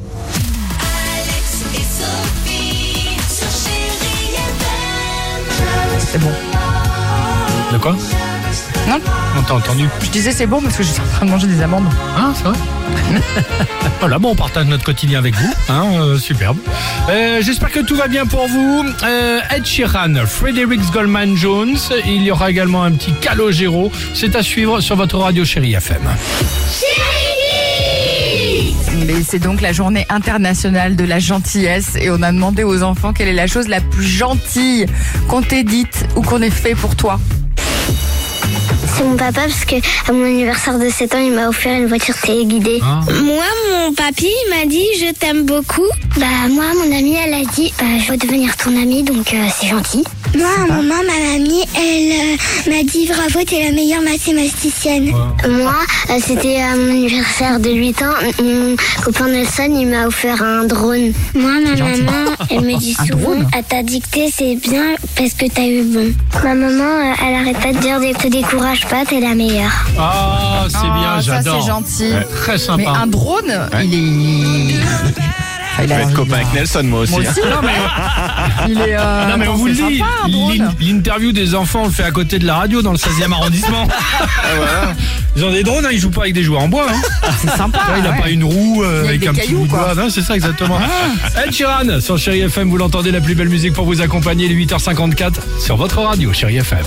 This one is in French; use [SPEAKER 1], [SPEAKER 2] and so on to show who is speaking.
[SPEAKER 1] Alex et Sophie sur Chérie FM.
[SPEAKER 2] C'est bon.
[SPEAKER 3] De quoi
[SPEAKER 2] Non.
[SPEAKER 3] On t'a entendu.
[SPEAKER 2] Je disais c'est bon parce que j'étais en train de manger des amandes.
[SPEAKER 3] Ah, c'est vrai Voilà, bon, on partage notre quotidien avec vous. Hein, euh, superbe. Euh, J'espère que tout va bien pour vous. Euh, Ed Sheeran, Fredericks Goldman Jones. Il y aura également un petit Calogero. C'est à suivre sur votre radio chérie FM.
[SPEAKER 2] Mais c'est donc la journée internationale de la gentillesse et on a demandé aux enfants quelle est la chose la plus gentille qu'on t'ait dite ou qu'on ait fait pour toi.
[SPEAKER 4] C'est mon papa parce que à mon anniversaire de 7 ans, il m'a offert une voiture téléguidée.
[SPEAKER 3] Ah.
[SPEAKER 4] Moi, mon papy, il m'a dit je t'aime beaucoup. Bah moi, mon amie, elle a dit bah, je veux devenir ton amie, donc euh, c'est gentil. Moi, à un moment, ma mamie, elle euh, m'a dit bravo, t'es la meilleure mathématicienne. Moi, euh, c'était à mon anniversaire de 8 ans. Mon copain Nelson, il m'a offert un drone. Moi, ma maman, elle me dit souvent, à ta dictée, c'est bien parce que t'as eu bon. Ma maman, euh, elle arrête pas de dire, ne te décourage pas, t'es la meilleure.
[SPEAKER 3] Ah, c'est
[SPEAKER 2] Ah,
[SPEAKER 3] bien,
[SPEAKER 2] ça,
[SPEAKER 3] j'adore.
[SPEAKER 2] c'est gentil.
[SPEAKER 3] Ouais, très
[SPEAKER 2] Mais
[SPEAKER 3] sympa.
[SPEAKER 2] un drone, il est. Enfin, il
[SPEAKER 5] Je
[SPEAKER 2] a-
[SPEAKER 5] vais être copain avec Nelson, moi aussi.
[SPEAKER 2] Moi aussi, non mais. Il est. euh,
[SPEAKER 3] hein. Non mais on
[SPEAKER 2] attends,
[SPEAKER 3] vous le
[SPEAKER 2] c'est
[SPEAKER 3] dit,
[SPEAKER 2] sympa, hein, un drone.
[SPEAKER 3] l'in- l'interview des enfants on le fait à côté de la radio dans le 16e arrondissement.
[SPEAKER 2] Ah,
[SPEAKER 3] Ils ont des drones, hein, ils jouent pas avec des jouets en bois. hein.
[SPEAKER 2] Ah, C'est sympa.
[SPEAKER 3] Il n'a
[SPEAKER 2] ouais.
[SPEAKER 3] pas une roue euh,
[SPEAKER 2] Il y a
[SPEAKER 3] avec
[SPEAKER 2] des
[SPEAKER 3] un petit
[SPEAKER 2] cailloux,
[SPEAKER 3] bout de
[SPEAKER 2] quoi. Ah.
[SPEAKER 3] bois. Non, c'est ça exactement. Ed Sheeran sur Chéri FM, vous l'entendez, la plus belle musique pour vous accompagner, les 8h54 sur votre radio Chéri FM.